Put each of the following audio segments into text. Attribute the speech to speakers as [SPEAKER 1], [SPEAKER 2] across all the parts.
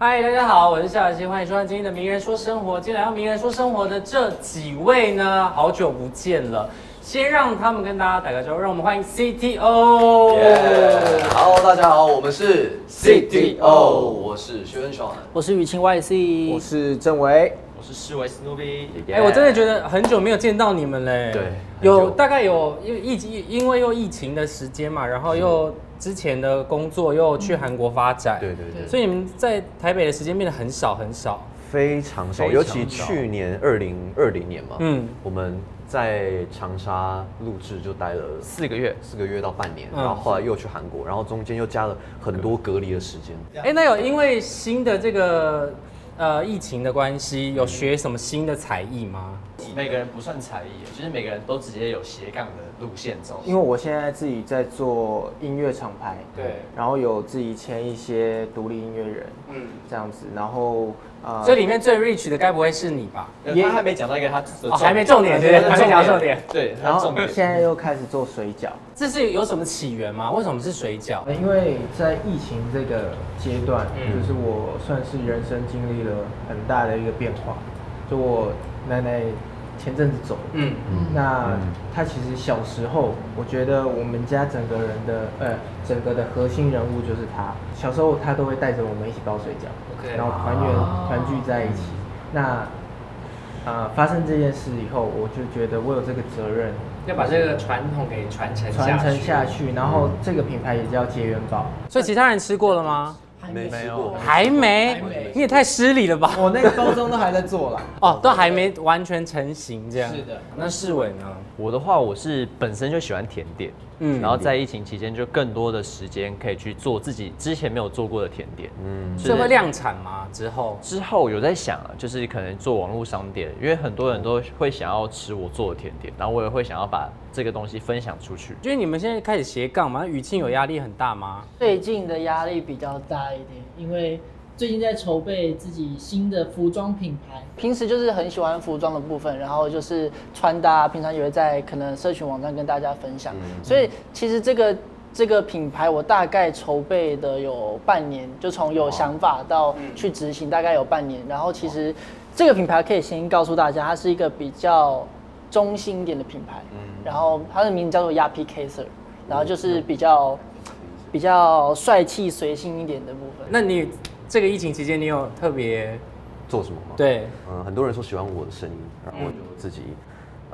[SPEAKER 1] 嗨，大家好，我是夏小溪，欢迎收看今天的《名人说生活》。今天来到《名人说生活》的这几位呢，好久不见了，先让他们跟大家打个招呼，让我们欢迎 CTO。
[SPEAKER 2] Hello，大家好，我们是
[SPEAKER 3] CTO
[SPEAKER 2] 我是薛文爽。
[SPEAKER 3] 我是雨晴 YC，
[SPEAKER 4] 我是郑伟，
[SPEAKER 5] 我是世维 Snoopy，
[SPEAKER 1] 哎、我真的觉得很久没有见到你们嘞。
[SPEAKER 2] 对很
[SPEAKER 1] 有
[SPEAKER 2] 久
[SPEAKER 1] 大概有因为疫因为又疫情的时间嘛，然后又之前的工作又去韩国发展，
[SPEAKER 2] 对对对，
[SPEAKER 1] 所以你们在台北的时间变得很少很少。
[SPEAKER 4] 非常
[SPEAKER 2] 哦尤其去年二零二零年嘛，
[SPEAKER 1] 嗯
[SPEAKER 2] 嗯，我们在长沙录制就待了四
[SPEAKER 5] 四个月，
[SPEAKER 2] 四个月到半年，
[SPEAKER 1] 嗯
[SPEAKER 2] 然后后来又去韩国，然后中间又加了很多隔离的时间。
[SPEAKER 1] 哎、那有因为新的这个呃疫情的关系，有学什么新的才艺吗？
[SPEAKER 5] 每个人不算才艺，就是每个人都直接有斜杠的路线走。
[SPEAKER 3] 因为我现在自己在做音乐厂牌，
[SPEAKER 5] 对，
[SPEAKER 3] 然后有自己签一些独立音乐人，嗯，这样子，然后呃
[SPEAKER 1] 这里面最 rich 的该不会是你吧？
[SPEAKER 3] 也
[SPEAKER 5] 呃他还没讲到一个他的
[SPEAKER 1] 哦，还没重点，对不对？还没讲到重点。，
[SPEAKER 5] 对，
[SPEAKER 3] 然
[SPEAKER 5] 然后
[SPEAKER 3] 后
[SPEAKER 5] 重点
[SPEAKER 3] 现在又开始做水饺，
[SPEAKER 1] 这是有什么起源吗？为什么是啊水饺？
[SPEAKER 3] 因为在疫情这个阶段，就是我算是人生经历了很大的一个变化，就我奶奶前阵子走了，
[SPEAKER 1] 嗯，
[SPEAKER 3] 那他其实小时候，我觉得我们家整个人的呃，整个的核心人物就是他。小时候他都会带着我们一起包水饺
[SPEAKER 1] OK
[SPEAKER 3] 然后团圆团聚在一起。那呃，发生这件事以后，我就觉得我有这个责任
[SPEAKER 1] 要把这个传统给传承
[SPEAKER 3] 传承下。去，然后这个品牌也叫结缘宝。
[SPEAKER 1] 所以其他人吃过了吗？
[SPEAKER 2] 没吃过，
[SPEAKER 1] 还没，你也太失礼了吧？
[SPEAKER 3] 我哦那个高中都还在做啦。
[SPEAKER 1] 哦，都还没完全成型这样。
[SPEAKER 3] 是的。
[SPEAKER 1] 那世伟呢？
[SPEAKER 6] 我的话，我是本身就喜欢甜点，
[SPEAKER 1] 嗯
[SPEAKER 6] 嗯，然后在疫情期间就更多的时间可以去做自己之前没有做过的甜点，嗯，
[SPEAKER 1] 所以会量产吗？之后？
[SPEAKER 6] 之后有在想啊，就是可能做网络商店，因为很多人都会想要吃我做的甜点，然后我也会想要把这个东西分享出去。
[SPEAKER 1] 就是你们现在开始斜杠嘛？那雨庆有压力很大吗？
[SPEAKER 7] 最近的压力比较大一点，因为最近在筹备自己新的服装品牌。平时就是很喜欢服装的部分，然后就是穿搭，平常也会在可能社群网站跟大家分享。所以其实这个这个品牌，我大概筹备的有半年，就从有想法到去执行，大概有半年。然后其实这个品牌可以先告诉大家，它是一个比较中心一点的品牌，然后它的名字叫做 Yappy Kaiser，然后就是比较。比较帅气随性一点的部分。
[SPEAKER 1] 那你这个疫情期间，你有特别
[SPEAKER 2] 做什么吗？，
[SPEAKER 1] 对？
[SPEAKER 2] 嗯，很多人说喜欢我的声音，然后我就自己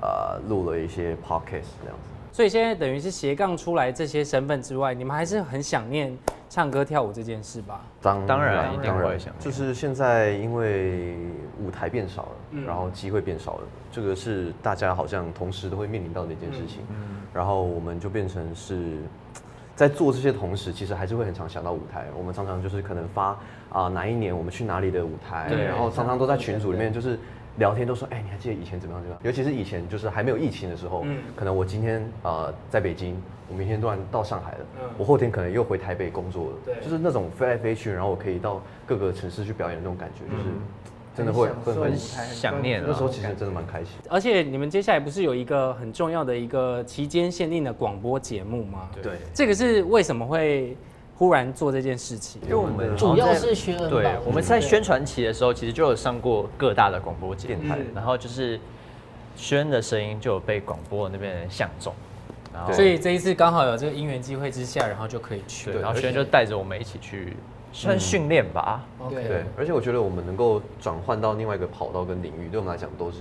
[SPEAKER 2] 呃录了一些 podcast 这样子。
[SPEAKER 1] 所以现在等于是斜杠出来这些身份之外，你们还是很想念唱歌跳舞这件事吧？
[SPEAKER 2] 当
[SPEAKER 6] 当然一定会想念
[SPEAKER 2] 就是现在因为舞台变少了，然后机会变少了，这个是大家好像同时都会面临到的一件事情。然后我们就变成是。在做这些同时，其实还是会很常想到舞台。我们常常就是可能发啊、哪一年我们去哪里的舞台，
[SPEAKER 1] 对
[SPEAKER 2] 然后常常都在群组里面就是聊天，都说哎、你还记得以前怎么样怎么样？尤其是以前就是还没有疫情的时候，可能我今天啊、呃在北京，我明天突然到上海了，我后天可能又回台北工作了，
[SPEAKER 1] 对
[SPEAKER 2] 就是那种飞来飞去，然后我可以到各个城市去表演的那种感觉，就是真的会
[SPEAKER 3] 很享
[SPEAKER 2] 会
[SPEAKER 3] 受
[SPEAKER 2] 很
[SPEAKER 3] 舞台很
[SPEAKER 6] 想念
[SPEAKER 2] 那时候
[SPEAKER 6] 啊，
[SPEAKER 2] 其实真的蛮开心。
[SPEAKER 1] 而且你们接下来不是有一个很重要的一个期间限定的广播节目吗？
[SPEAKER 2] 对，
[SPEAKER 1] 这个是为什么会忽然做这件事情？
[SPEAKER 6] 因为我们
[SPEAKER 7] 主要是学恩
[SPEAKER 6] 对
[SPEAKER 7] 吧，
[SPEAKER 6] 我们在宣传期的时候，其实就有上过各大的广播节
[SPEAKER 2] 电
[SPEAKER 6] 目
[SPEAKER 2] 台，
[SPEAKER 6] 然后就是轩的声音就有被广播那边人相中，然后
[SPEAKER 1] 所以这一次刚好有这个因缘机会之下，然后就可以去。
[SPEAKER 6] 对，然后轩就带着我们一起去算训练吧，
[SPEAKER 1] OK
[SPEAKER 2] 对，而且我觉得我们能够转换到另外一个跑道跟领域，对我们来讲都是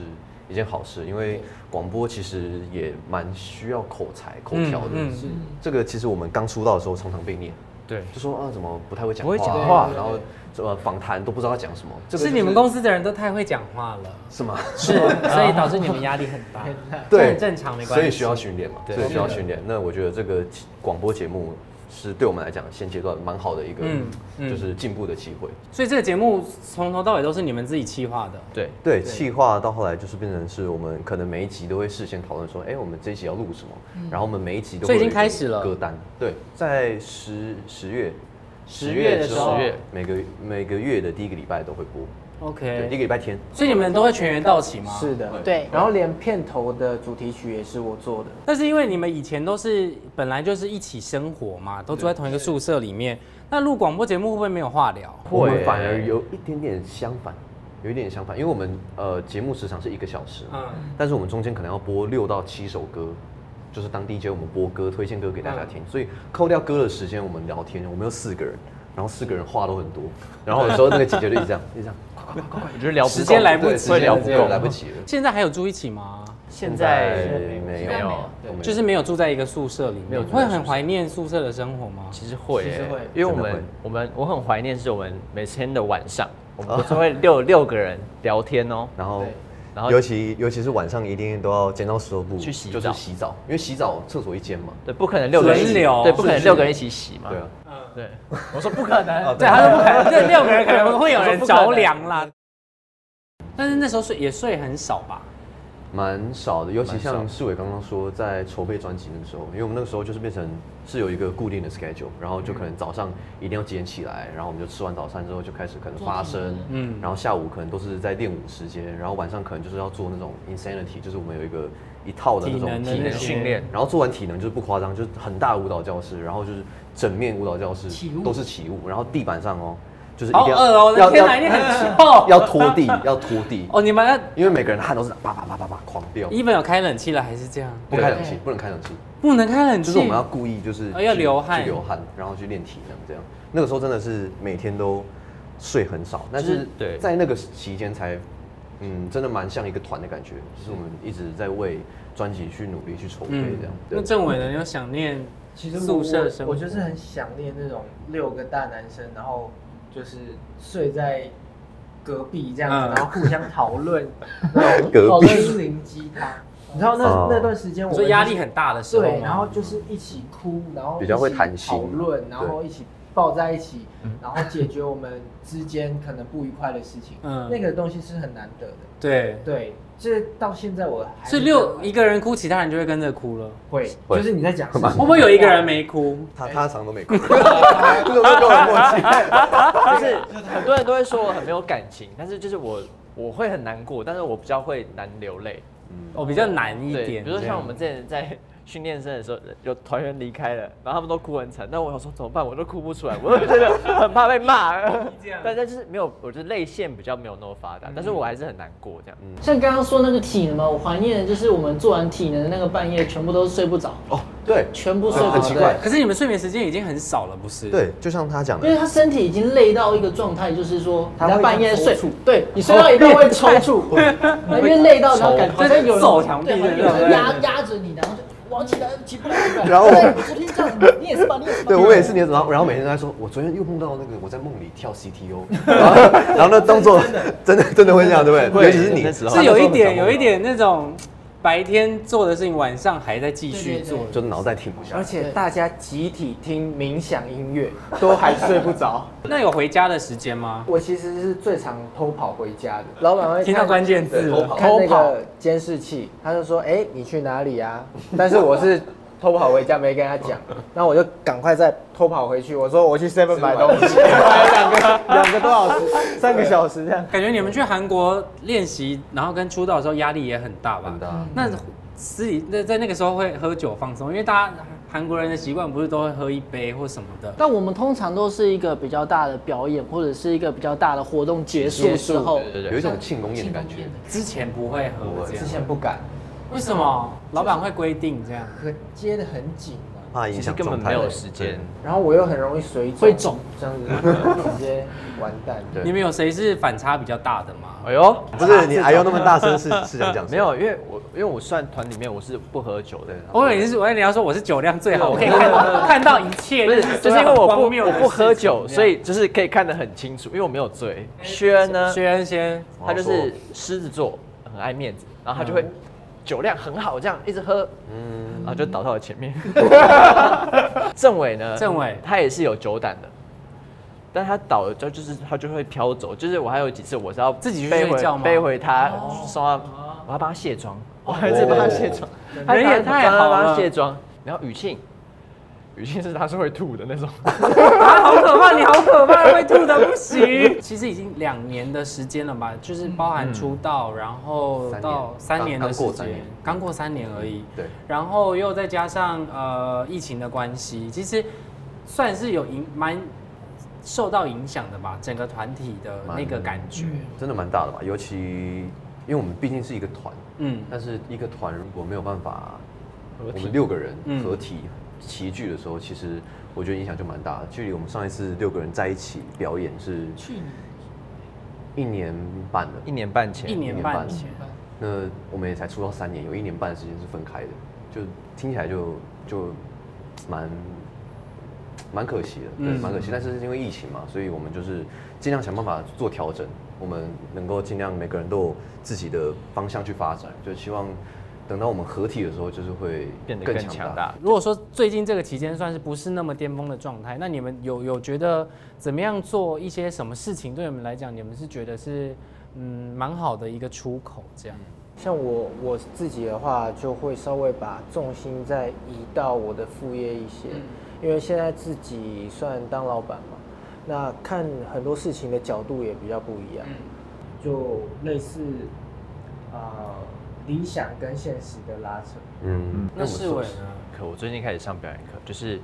[SPEAKER 2] 一件好事，因为广播其实也蛮需要口才、口条的。
[SPEAKER 1] 嗯嗯
[SPEAKER 2] 是这个其实我们刚出道的时候常常被念，
[SPEAKER 6] 对，
[SPEAKER 2] 就说啊怎么不太会讲
[SPEAKER 6] 不会讲
[SPEAKER 2] 话，然后怎么访谈都不知道要讲什么。这个
[SPEAKER 1] 是
[SPEAKER 2] 就
[SPEAKER 1] 你们公司的人都太会讲话了，
[SPEAKER 2] 是吗？
[SPEAKER 1] 是， 所以导致你们压力很大。这很正常，没关系。
[SPEAKER 2] 所以需要训练嘛，所以需要训练。那我觉得这个广播节目是对我们来讲现阶段蛮好的一个
[SPEAKER 1] 嗯，嗯
[SPEAKER 2] 就是进步的机会。
[SPEAKER 1] 所以这个节目从头到尾都是你们自己企划的。
[SPEAKER 6] 对，
[SPEAKER 2] 对，企划到后来就是变成是我们可能每一集都会事先讨论说，哎、我们这一集要录什么，然后我们每一集
[SPEAKER 1] 嗯所
[SPEAKER 2] 都会
[SPEAKER 1] 以已经
[SPEAKER 2] 有一个
[SPEAKER 1] 开始了
[SPEAKER 2] 歌单。对，在十十月。
[SPEAKER 1] 十月的
[SPEAKER 2] 之
[SPEAKER 1] 时
[SPEAKER 2] 后
[SPEAKER 1] 候
[SPEAKER 6] 十月
[SPEAKER 2] 每个每个月的第一个礼拜都会播，对，第
[SPEAKER 1] OK，
[SPEAKER 2] 一个礼拜天。
[SPEAKER 1] 所以你们都会全员到齐吗？
[SPEAKER 3] 是。的，
[SPEAKER 7] 对
[SPEAKER 3] 然后连片头的主题曲也是我做的。
[SPEAKER 1] 但是因为你们以前都是本来就是一起生活嘛，都住在同一个宿舍里面，那录广播节目会不会没有话聊？
[SPEAKER 2] 我们反而有一点点相反，有一点相反，因为我们呃节目时长是一个小时，
[SPEAKER 1] 嗯，
[SPEAKER 2] 但是我们中间可能要播六到七首歌，就是当 DJ 我们播歌推荐歌给大家听，所以扣掉歌的时间，我们聊天，我们有四个人，然后四个人话都很多，然后有时候那个姐姐就一直这样，一直这样，
[SPEAKER 6] 我觉得聊不够
[SPEAKER 1] 时间来不
[SPEAKER 2] 对
[SPEAKER 1] 及
[SPEAKER 2] 时间
[SPEAKER 1] 了
[SPEAKER 2] 来不够，来不及了。
[SPEAKER 1] 现在还有住一起吗？
[SPEAKER 6] 现在
[SPEAKER 2] 没有，
[SPEAKER 6] 没有
[SPEAKER 2] 都没有
[SPEAKER 1] 就是没有住在一个宿舍里
[SPEAKER 2] 没
[SPEAKER 1] 面
[SPEAKER 2] 有，住在
[SPEAKER 1] 会
[SPEAKER 2] 宿舍
[SPEAKER 1] 很怀念宿舍的生活吗？
[SPEAKER 6] 其实会、欸，
[SPEAKER 3] 其实会
[SPEAKER 6] 因为我
[SPEAKER 2] 真的会
[SPEAKER 6] 们我们我很怀念是我们每天的晚上，我们都会六六个人聊天哦、
[SPEAKER 2] 然后
[SPEAKER 3] 对，
[SPEAKER 6] 然后
[SPEAKER 2] 尤其尤其是晚上一定都要剪刀石头布
[SPEAKER 6] 去洗
[SPEAKER 2] 就是
[SPEAKER 6] 澡
[SPEAKER 2] 洗澡，因为洗澡厕所一间嘛。
[SPEAKER 6] 对，不可能六个人一起
[SPEAKER 1] 轮流
[SPEAKER 6] 对，不可能六个人一起洗嘛，
[SPEAKER 2] 对啊，
[SPEAKER 6] 对，
[SPEAKER 5] 我说不可
[SPEAKER 2] 哦
[SPEAKER 5] 能，
[SPEAKER 1] 对，他说不可能， 这六个人可能会有人着凉 啦。但是那时候睡也睡很少吧？
[SPEAKER 2] 蛮少的，尤其
[SPEAKER 6] 蛮
[SPEAKER 2] 像
[SPEAKER 6] 少
[SPEAKER 2] 世伟刚刚说，在筹备专辑那时候，因为我们那个时候就是变成是有一个固定的 schedule，然后
[SPEAKER 1] 嗯
[SPEAKER 2] 就可能早上一定要几点起来，然后我们就吃完早餐之后就开始可能发声，
[SPEAKER 1] 嗯
[SPEAKER 2] 嗯，然后下午可能都是在练舞时间，然后晚上可能就是要做那种 insanity，就是我们有一个一套的那
[SPEAKER 1] 体能
[SPEAKER 2] 种
[SPEAKER 1] 的
[SPEAKER 2] 体
[SPEAKER 1] 那
[SPEAKER 2] 能
[SPEAKER 1] 些
[SPEAKER 2] 训练，然后做完体能就是不夸张，就是很大的舞蹈教室，然后就是整面舞蹈教室
[SPEAKER 7] 起舞
[SPEAKER 2] 都是起舞，然后地板上哦，就是一
[SPEAKER 1] 好
[SPEAKER 2] 定
[SPEAKER 1] 饿
[SPEAKER 2] 要、
[SPEAKER 1] 哦！我的
[SPEAKER 2] 要
[SPEAKER 1] 天哪，你很臭
[SPEAKER 2] 要要拖地，要拖地，
[SPEAKER 1] 哦！你们
[SPEAKER 2] 因为每个人的汗都是叭叭叭叭叭狂掉。
[SPEAKER 1] 一本有开冷气了还是这样？
[SPEAKER 2] 不开冷气，不能开冷气，
[SPEAKER 1] 不能开冷气，
[SPEAKER 2] 就是我们要故意就是
[SPEAKER 1] 哦要
[SPEAKER 2] 去
[SPEAKER 1] 流汗
[SPEAKER 2] 去流汗，然后去练体能这样。那个时候真的是每天都睡很少，但
[SPEAKER 6] 就是
[SPEAKER 2] 是
[SPEAKER 6] 对
[SPEAKER 2] 在那个期间才，嗯，真的蛮像一个团的感觉，就是我们一直在为专辑去努力去筹备这样。
[SPEAKER 1] 嗯那
[SPEAKER 2] 对
[SPEAKER 1] 郑伟呢？有想念
[SPEAKER 3] 其实
[SPEAKER 1] 宿舍生活？
[SPEAKER 3] 我我就是很想念那种六个大男生，然后就是睡在隔壁这样子，
[SPEAKER 1] 嗯
[SPEAKER 3] 然后互相讨 论那种
[SPEAKER 2] 隔壁
[SPEAKER 3] 心灵鸡汤。你知道那、
[SPEAKER 2] 哦
[SPEAKER 3] 那段时间我
[SPEAKER 1] 你
[SPEAKER 3] 们
[SPEAKER 1] 说压力很大的时候
[SPEAKER 3] 对，
[SPEAKER 1] 吗
[SPEAKER 3] 然后就是一起哭，然后
[SPEAKER 2] 比较会
[SPEAKER 3] 一起
[SPEAKER 2] 谈心嗯
[SPEAKER 3] 讨论，然后一起抱在一起，然后解决我们之间可能不愉快的事情。
[SPEAKER 1] 嗯
[SPEAKER 3] 那个东西是很难得的。
[SPEAKER 1] 对，
[SPEAKER 3] 对，这到现在我还
[SPEAKER 1] 所以六一个人哭，其他人就会跟着哭了。
[SPEAKER 3] 会，
[SPEAKER 2] 会
[SPEAKER 3] 就是你在讲事情，
[SPEAKER 1] 会不会有一个人没哭？
[SPEAKER 2] 他他常都没哭， 这种跟我默契。
[SPEAKER 6] 就是很多人都会说我很没有感情，但是就是我我会很难过，但是我比较会难流泪，
[SPEAKER 1] 哦，比较难一
[SPEAKER 6] 对，
[SPEAKER 1] 点。
[SPEAKER 6] 比如说
[SPEAKER 1] 这样
[SPEAKER 6] 像我们之前在训练生的时候，有团员离开了，然后他们都哭很惨，那我想说怎么办，我都哭不出来，我就觉得很怕被骂，但但就是没有，我觉得泪腺比较没有那么发达，但是我还是很难过这样。
[SPEAKER 7] 像刚刚说那个体能嘛，我怀念的就是我们做完体能的那个半夜，全部都睡不着，
[SPEAKER 2] 哦，对
[SPEAKER 7] 全部睡不
[SPEAKER 2] 很
[SPEAKER 7] 着
[SPEAKER 2] 奇。怪
[SPEAKER 1] 可是你们睡眠时间已经很少了，不是？。
[SPEAKER 2] 对，就像他讲
[SPEAKER 7] 因为
[SPEAKER 2] 的，
[SPEAKER 7] 他身体已经累到一个状态，就是说你在半夜睡
[SPEAKER 3] 他会抽搐，
[SPEAKER 7] 对你睡到一半会抽搐， 因为累到然后感觉好像有人
[SPEAKER 1] 揍墙壁
[SPEAKER 7] 对好
[SPEAKER 1] 对
[SPEAKER 7] 像
[SPEAKER 1] 不
[SPEAKER 7] 有
[SPEAKER 1] 对
[SPEAKER 7] 人压压着你，然后就我要起来起不来，起不来
[SPEAKER 2] 然后我
[SPEAKER 7] 对昨天这样子，你也是吧，你也是 吧，
[SPEAKER 2] 对我也是，你的早上，然后每天都在说，我昨天又碰到那个我在梦里跳 CTO，然 后然后那动作 真的真的会这样，对不对？
[SPEAKER 6] 会
[SPEAKER 2] 尤其是你
[SPEAKER 6] 那时候
[SPEAKER 1] 是有一点有一点那种白天做的事情，晚上还在继续做。
[SPEAKER 2] 就脑袋停不下来
[SPEAKER 3] 而。且大家集体听冥想音乐都还睡不着。
[SPEAKER 1] 那有回家的时间吗？
[SPEAKER 3] 我其实是最常偷跑回家的，老板会
[SPEAKER 1] 听到
[SPEAKER 3] 看
[SPEAKER 1] 关键字
[SPEAKER 2] 对偷
[SPEAKER 1] 了
[SPEAKER 2] 跑。
[SPEAKER 3] 看
[SPEAKER 1] 偷
[SPEAKER 3] 那
[SPEAKER 1] 跑
[SPEAKER 3] 个监视器，他就说：“哎、你去哪里啊？” 但是我是偷跑回家，没跟他 讲，那我就赶快再偷跑回去。我说我去 Seven 买东西，买了 两个两个多小时，三个小时这样。
[SPEAKER 1] 感觉你们去韩国练习，然后跟出道的时候压力也很大吧？
[SPEAKER 2] 很大
[SPEAKER 1] 那私底那在那个时候会喝酒放松，因为大家韩国人的习惯不是都会喝一杯或什么的。
[SPEAKER 7] 但我们通常都是一个比较大的表演，或者是一个比较大的活动结束之后，
[SPEAKER 6] 对
[SPEAKER 2] 有一种庆功宴的感觉。
[SPEAKER 1] 之前不会喝这样
[SPEAKER 3] 之，前不敢，
[SPEAKER 1] 为什么？老板会规定这样？
[SPEAKER 3] 很接的很紧啊，
[SPEAKER 2] 怕影
[SPEAKER 6] 其实
[SPEAKER 2] 响
[SPEAKER 6] 根本
[SPEAKER 2] 状态
[SPEAKER 6] 没有时间，
[SPEAKER 3] 然后我又很容易水肿，
[SPEAKER 7] 会肿，
[SPEAKER 3] 这样子直接完蛋。
[SPEAKER 2] 对
[SPEAKER 1] 你们有谁是反差比较大的吗？
[SPEAKER 6] 哎呦，
[SPEAKER 2] 不 是你哎呦那么大声是是想讲
[SPEAKER 6] 没有，因为我因为我算团里面我是不喝酒的
[SPEAKER 2] 对，，
[SPEAKER 1] 我以为是，我以为你要说我是酒量最好，我可
[SPEAKER 6] 对
[SPEAKER 1] 以
[SPEAKER 6] 我
[SPEAKER 1] 看到看到一切，
[SPEAKER 6] 不是就是因为我不我不喝酒，所
[SPEAKER 1] 以
[SPEAKER 6] 以就是可以看得很清楚，因为我没有醉。薛恩呢，
[SPEAKER 1] 薛恩先，
[SPEAKER 6] 他就是狮子座，很爱面子，然后他就
[SPEAKER 1] 嗯
[SPEAKER 6] 会酒量很好，这样一直喝，
[SPEAKER 2] 嗯，
[SPEAKER 6] 然后就倒到了前 面。政委呢？
[SPEAKER 1] 政委
[SPEAKER 6] 他也是有酒胆的，但他倒了之后就是他就会飘走。就是我还有几次我是要
[SPEAKER 1] 自己去
[SPEAKER 6] 背
[SPEAKER 1] 睡
[SPEAKER 6] 回
[SPEAKER 1] 觉吗哦
[SPEAKER 6] 背回他，送他，我要帮他卸妆，我还是
[SPEAKER 2] 哦
[SPEAKER 6] 帮他卸妆，
[SPEAKER 1] 人也
[SPEAKER 6] 打
[SPEAKER 1] 太好了
[SPEAKER 6] 帮他卸妆。然后雨庆，雨庆是他是会吐的 那种，
[SPEAKER 1] 啊，好可怕！你好可怕，会吐的不 行。其实已经两年的时间了吧，就是包含
[SPEAKER 6] 嗯
[SPEAKER 1] 出道，然后到三
[SPEAKER 2] 三
[SPEAKER 1] 年
[SPEAKER 2] 年
[SPEAKER 1] 的时
[SPEAKER 2] 刚过
[SPEAKER 1] 间
[SPEAKER 2] 三年，
[SPEAKER 1] 刚过三年而已。
[SPEAKER 2] 对，
[SPEAKER 1] 然后又再加上呃疫情的关系，其实算是有影蛮受到影响的吧？整个团体的那个感觉，
[SPEAKER 2] 真的蛮大的吧，尤其因为我们毕竟是一个团，
[SPEAKER 1] 嗯
[SPEAKER 2] 但是一个团如果没有办法，我们六个人
[SPEAKER 1] 嗯
[SPEAKER 2] 合体齐聚的时候，其实我觉得影响就蛮大的。距离我们上一次六个人在一起表演是
[SPEAKER 7] 去年
[SPEAKER 2] 一年半了，
[SPEAKER 6] 一年半前，
[SPEAKER 1] 一年半前，
[SPEAKER 2] 那我们也才出道三年，有一年半的时间是分开的，就听起来就就蛮蛮可惜的，对，
[SPEAKER 1] 嗯
[SPEAKER 2] 蛮可惜。但是因为疫情嘛，所以我们就是尽量想办法做调整，我们能够尽量每个人都有自己的方向去发展，就希望等到我们合体的时候，就是会
[SPEAKER 6] 变得更强大。。
[SPEAKER 1] 如果说最近这个期间算是不是那么巅峰的状态，那你们有有觉得怎么样做一些什么事情，对你们来讲，你们是觉得是嗯蛮好的一个出口这样？
[SPEAKER 3] 像我我自己的话，就会稍微把重心再移到我的副业一些，因为现在自己算当老板嘛，那看很多事情的角度也比较不一样，就类似呃理想跟现实的拉扯。
[SPEAKER 2] 嗯，
[SPEAKER 1] 那世伟呢？
[SPEAKER 6] 可我最近开始上表演课，就是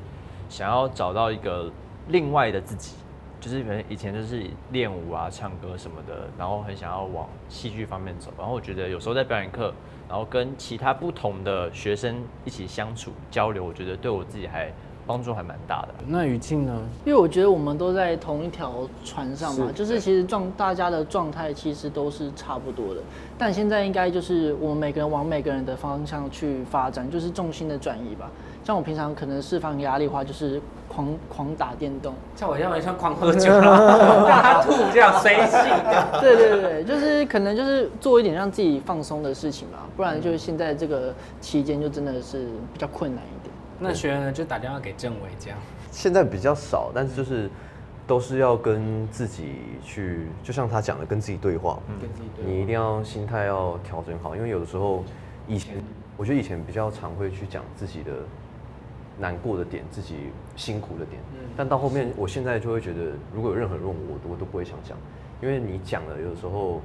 [SPEAKER 6] 想要找到一个另外的自己，就是可能以前就是练舞啊、唱歌什么的，然后很想要往戏剧方面走。然后我觉得有时候在表演课，然后跟其他不同的学生一起相处交流，我觉得对我自己还帮助还蛮大的。
[SPEAKER 1] 那雨静呢？
[SPEAKER 7] 因为我觉得我们都在同一条船上嘛，
[SPEAKER 3] 是
[SPEAKER 7] 就是其实状大家的状态其实都是差不多的，但现在应该就是我们每个人往每个人的方向去发展，就是重心的转移吧。像我平常可能释放压力的话，就是狂狂打电动，
[SPEAKER 1] 像我这样人像狂喝 酒，让他吐这样随性。
[SPEAKER 7] 对对对，就是可能就是做一点让自己放松的事情吧，不然就是现在这个期间就真的是比较困难一点。
[SPEAKER 1] 那学员呢就打电话给政委这样。
[SPEAKER 2] 现在比较少，但是就是都是要跟自己去，就像他讲的，跟自己对话。你一定要心态要调整好，因为有的时候以前，我觉得以前比较常会去讲自己的难过的点，自己辛苦的点。
[SPEAKER 1] 嗯
[SPEAKER 2] 但到后面，我现在就会觉得，如果有任何人问我，我都不会想讲，因为你讲了，有的时候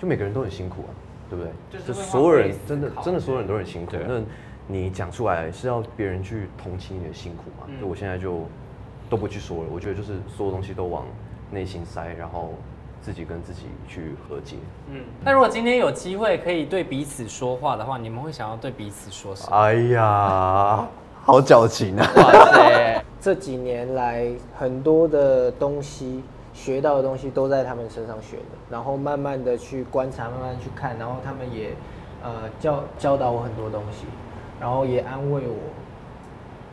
[SPEAKER 2] 就每个人都很辛苦啊，对不对？
[SPEAKER 1] 就是
[SPEAKER 2] 就
[SPEAKER 1] 会
[SPEAKER 2] 所有人
[SPEAKER 1] 换位思
[SPEAKER 2] 真的
[SPEAKER 1] 考
[SPEAKER 2] 真的所有人都很辛苦。
[SPEAKER 6] 对
[SPEAKER 2] 那你讲出来是要别人去同情你的辛苦嘛？
[SPEAKER 1] 嗯
[SPEAKER 2] 就我现在就都不去说了，我觉得就是所有东西都往内心塞，然后自己跟自己去和解。
[SPEAKER 1] 嗯，那如果今天有机会可以对彼此说话的话，你们会想要对彼此说什么？
[SPEAKER 2] 哎呀，好矫情啊！
[SPEAKER 3] 这几年来，很多的东西学到的东西都在他们身上学的，然后慢慢的去观察，慢慢地去看，然后他们也呃教教导我很多东西，然后也安慰我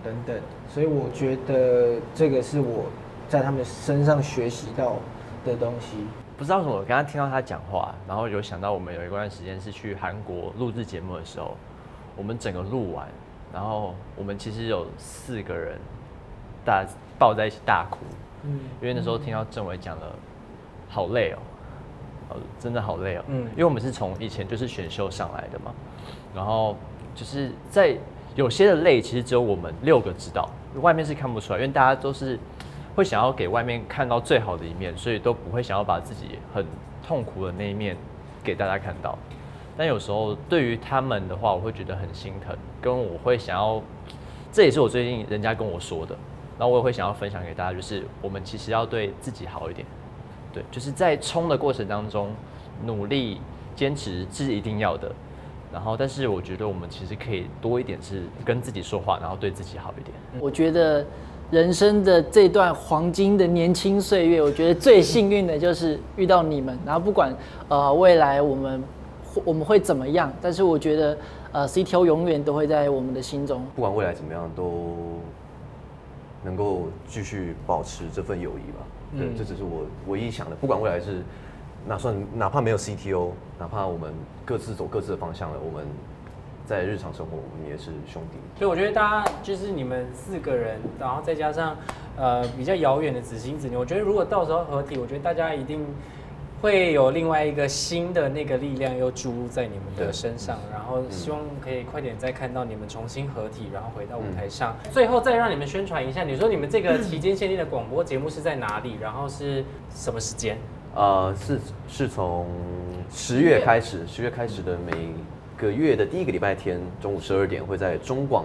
[SPEAKER 3] 等等，所以我觉得这个是我在他们身上学习到的东西。
[SPEAKER 6] 不知道为什么，我刚刚听到他讲话，然后有想到我们有一段时间是去韩国录制节目的时候，我们整个录完，然后我们其实有四个人大抱在一起大哭，
[SPEAKER 3] 嗯，
[SPEAKER 6] 因为那时候听到政委讲了，好累哦，好真的好累哦，
[SPEAKER 1] 嗯
[SPEAKER 6] 因为我们是从以前就是选秀上来的嘛，然后就是在有些的累，其实只有我们六个知道，外面是看不出来，因为大家都是会想要给外面看到最好的一面，所以都不会想要把自己很痛苦的那一面给大家看到。但有时候对于他们的话，我会觉得很心疼，跟我会想要，这也是我最近人家跟我说的，然后我也会想要分享给大家，就是我们其实要对自己好一点，对，就是在冲的过程当中努力坚持是一定要的，然后但是我觉得我们其实可以多一点是跟自己说话，然后对自己好一点。
[SPEAKER 7] 我觉得人生的这段黄金的年轻岁月，我觉得最幸运的就是遇到你们。然后不管呃未来我们我们会怎么样，但是我觉得呃 CTO 永远都会在我们的心中。
[SPEAKER 2] 不管未来怎么样，都能够继续保持这份友谊吧。对，
[SPEAKER 1] 嗯
[SPEAKER 2] 这只是我唯一想的。不管未来是哪算，哪怕没有 CTO，哪怕我们各自走各自的方向了，我们在日常生活我们也是兄弟。
[SPEAKER 1] 所以我觉得大家就是你们四个人，然后再加上呃比较遥远的紫星子女，我觉得如果到时候合体，我觉得大家一定会有另外一个新的那个力量又注入在你们的
[SPEAKER 2] 对
[SPEAKER 1] 身上，然后希望可以快点再看到你们重新合体，然后回到舞台上。最后再让你们宣传一下，你说你们这个期间限定的广播节目是在哪里，然后是什么时间？
[SPEAKER 2] 呃，是是从十月开始，十月开始的每个月的第一个礼拜天中午十二点会在嗯中广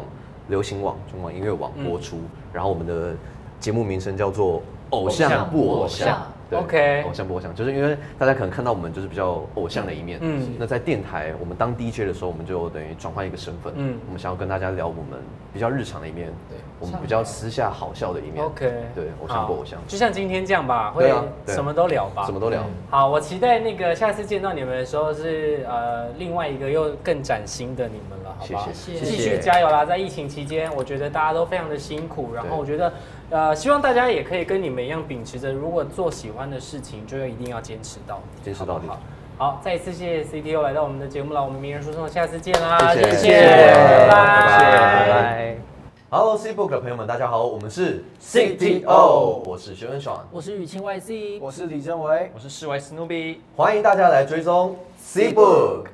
[SPEAKER 2] 流行网、中广音乐网播出。然后我们的节目名称叫做《偶像不偶
[SPEAKER 5] 偶像
[SPEAKER 2] 像。对
[SPEAKER 1] OK
[SPEAKER 2] 偶像不偶像，就是因为大家可能看到我们就是比较偶像的一面。
[SPEAKER 1] 嗯
[SPEAKER 2] 嗯，那在电台我们当 DJ 的时候，我们就等于转换一个身份。
[SPEAKER 1] 嗯
[SPEAKER 2] 嗯，我们想要跟大家聊我们比较日常的一面，对我们比较私下好笑的一面。
[SPEAKER 1] OK，
[SPEAKER 2] 对，偶像不偶像
[SPEAKER 1] 好，就像今天这样吧，会
[SPEAKER 2] 对啊对
[SPEAKER 1] 什么都聊吧，
[SPEAKER 2] 什么都聊。
[SPEAKER 1] 好，我期待那个下次见到你们的时候是呃另外一个又更崭新的你们了，好不好？
[SPEAKER 2] 谢
[SPEAKER 7] 谢谢
[SPEAKER 1] 继
[SPEAKER 2] 谢
[SPEAKER 1] 续
[SPEAKER 2] 谢
[SPEAKER 1] 加油啦！在疫情期间，我觉得大家都非常的辛苦，然后我觉得呃希望大家也可以跟你们一样秉持着，如果做喜欢的事情，就要一定要坚持到底，
[SPEAKER 2] 坚持到底
[SPEAKER 1] 好不好好，再一次谢谢 CTO 来到我们的节目了，我们名人说说，下次见啦，
[SPEAKER 2] 谢谢谢
[SPEAKER 1] 谢，
[SPEAKER 2] 谢
[SPEAKER 1] 拜
[SPEAKER 2] 拜
[SPEAKER 6] 拜
[SPEAKER 1] 拜。
[SPEAKER 6] 拜。
[SPEAKER 2] Hello C Book 的朋友们，大家好，我们是
[SPEAKER 3] CTO
[SPEAKER 2] 我是徐文爽，
[SPEAKER 7] 我是雨清 YC，
[SPEAKER 3] 我是李正维。
[SPEAKER 6] 我是室外 Snoopy。
[SPEAKER 2] 欢迎大家来追踪 C Book。